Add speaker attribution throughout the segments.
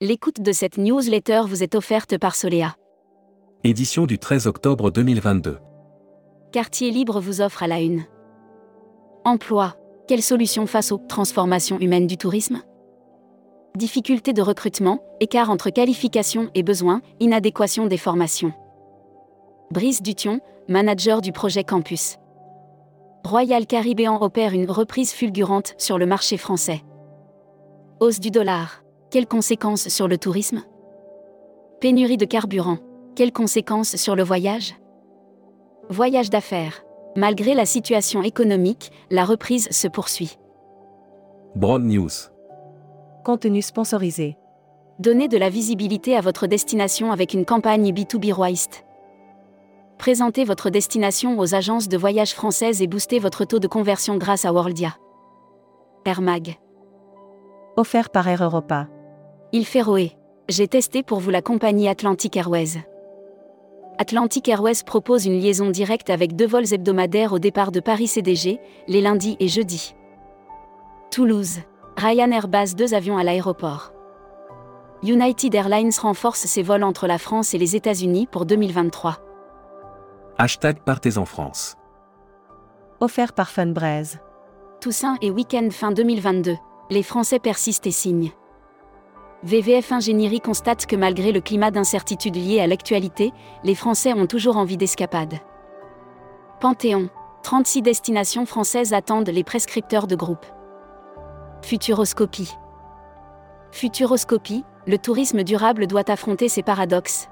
Speaker 1: L'écoute de cette newsletter vous est offerte par Solea.
Speaker 2: Édition du 13 octobre 2022.
Speaker 1: Quartier Libre vous offre à la une. Emploi. Quelles solutions face aux transformations humaines du tourisme Difficultés de recrutement, écart entre qualifications et besoins, inadéquation des formations. Brice Dution, manager du projet Campus. Royal Caribbean opère une reprise fulgurante sur le marché français. Hausse du dollar. Quelles conséquences sur le tourisme Pénurie de carburant. Quelles conséquences sur le voyage Voyage d'affaires. Malgré la situation économique, la reprise se poursuit.
Speaker 2: Broad News.
Speaker 3: Contenu sponsorisé.
Speaker 1: Donnez de la visibilité à votre destination avec une campagne B2B Roist. Présentez votre destination aux agences de voyage françaises et boostez votre taux de conversion grâce à Worldia. Air Mag.
Speaker 3: Offert par Air Europa.
Speaker 1: Il fait roé. J'ai testé pour vous la compagnie Atlantic Airways. Atlantic Airways propose une liaison directe avec deux vols hebdomadaires au départ de Paris CDG, les lundis et jeudis. Toulouse. Ryanair base deux avions à l'aéroport. United Airlines renforce ses vols entre la France et les États-Unis pour 2023.
Speaker 2: Hashtag Partez en France.
Speaker 3: Offert par Funbraise.
Speaker 1: Toussaint et week-end fin 2022. Les Français persistent et signent. VVF Ingénierie constate que malgré le climat d'incertitude lié à l'actualité, les Français ont toujours envie d'escapade. Panthéon. 36 destinations françaises attendent les prescripteurs de groupe. Futuroscopie. Futuroscopie, le tourisme durable doit affronter ses paradoxes.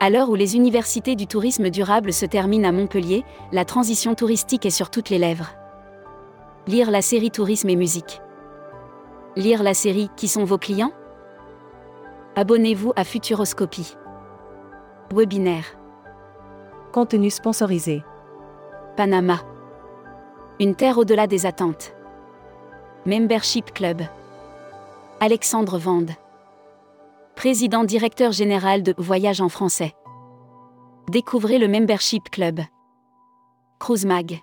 Speaker 1: À l'heure où les universités du tourisme durable se terminent à Montpellier, la transition touristique est sur toutes les lèvres. Lire la série Tourisme et musique. Lire la série Qui sont vos clients Abonnez-vous à Futuroscopie. Webinaire
Speaker 3: Contenu sponsorisé.
Speaker 1: Panama. Une terre au-delà des attentes. Membership Club. Alexandre Vande. Président directeur général de Voyage en français. Découvrez le Membership Club. Cruise Mag.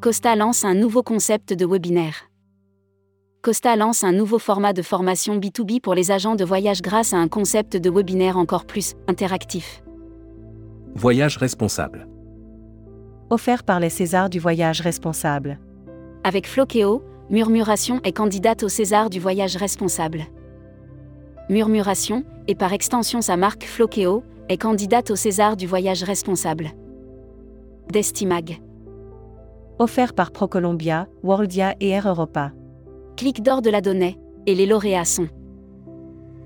Speaker 1: Costa lance un nouveau concept de webinaire. Costa lance un nouveau format de formation B2B pour les agents de voyage grâce à un concept de webinaire encore plus interactif.
Speaker 2: Voyage responsable.
Speaker 3: Offert par les Césars du voyage responsable.
Speaker 1: Avec Floqueo, Murmuration est candidate au César du voyage responsable. Murmuration, et par extension sa marque Floqueo, est candidate au César du voyage responsable. Destimag.
Speaker 3: Offert par ProColombia, Worldia et Air Europa.
Speaker 1: Clic d'or de la Donnée, et les lauréats sont.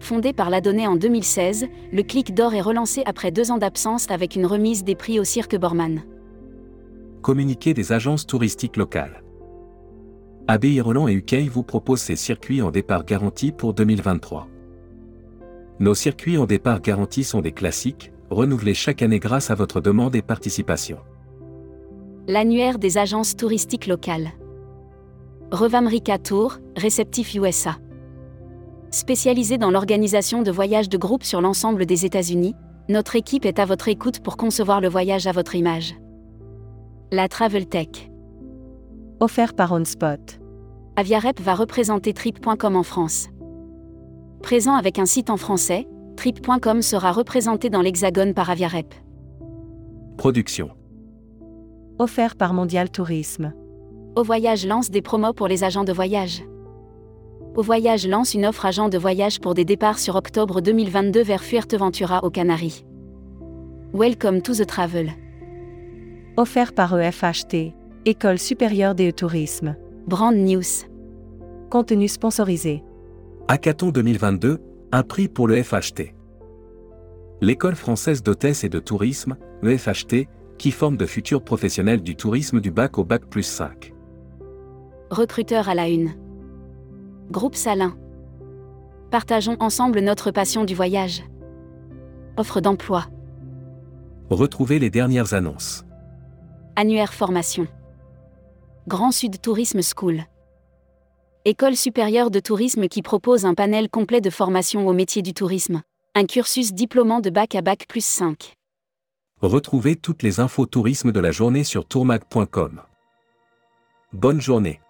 Speaker 1: Fondé par la Donnée en 2016, le Clic d'or est relancé après deux ans d'absence avec une remise des prix au Cirque Borman.
Speaker 2: Communiqué des agences touristiques locales. ABI Roland et UK vous proposent ces circuits en départ garanti pour 2023. Nos circuits en départ garanti sont des classiques, renouvelés chaque année grâce à votre demande et participation.
Speaker 1: L'annuaire des agences touristiques locales. Revamrica Tour, réceptif USA. Spécialisée dans l'organisation de voyages de groupe sur l'ensemble des États-Unis, notre équipe est à votre écoute pour concevoir le voyage à votre image. La Travel Tech.
Speaker 3: Offert par OnSpot.
Speaker 1: Aviarep va représenter Trip.com en France. Présent avec un site en français, Trip.com sera représenté dans l'Hexagone par Aviarep.
Speaker 2: Production.
Speaker 3: Offert par Mondial Tourisme.
Speaker 1: Au Voyage lance des promos pour les agents de voyage. Au Voyage lance une offre agent de voyage pour des départs sur octobre 2022 vers Fuerteventura aux Canaries. Welcome to the travel.
Speaker 3: Offert par E EFHT. École supérieure des tourisme.
Speaker 1: Brand news.
Speaker 3: Contenu sponsorisé.
Speaker 2: Hackathon 2022, un prix pour le FHT. L'école française d'hôtesse et de tourisme, le FHT, qui forme de futurs professionnels du tourisme du bac au bac plus 5.
Speaker 1: Recruteur à la une. Groupe Salin. Partageons ensemble notre passion du voyage. Offre d'emploi.
Speaker 2: Retrouvez les dernières annonces.
Speaker 1: Annuaire formation. Grand Sud Tourisme School. École supérieure de tourisme qui propose un panel complet de formation au métier du tourisme. Un cursus diplômant de bac à bac plus 5.
Speaker 2: Retrouvez toutes les infos tourisme de la journée sur tourmag.com. Bonne journée.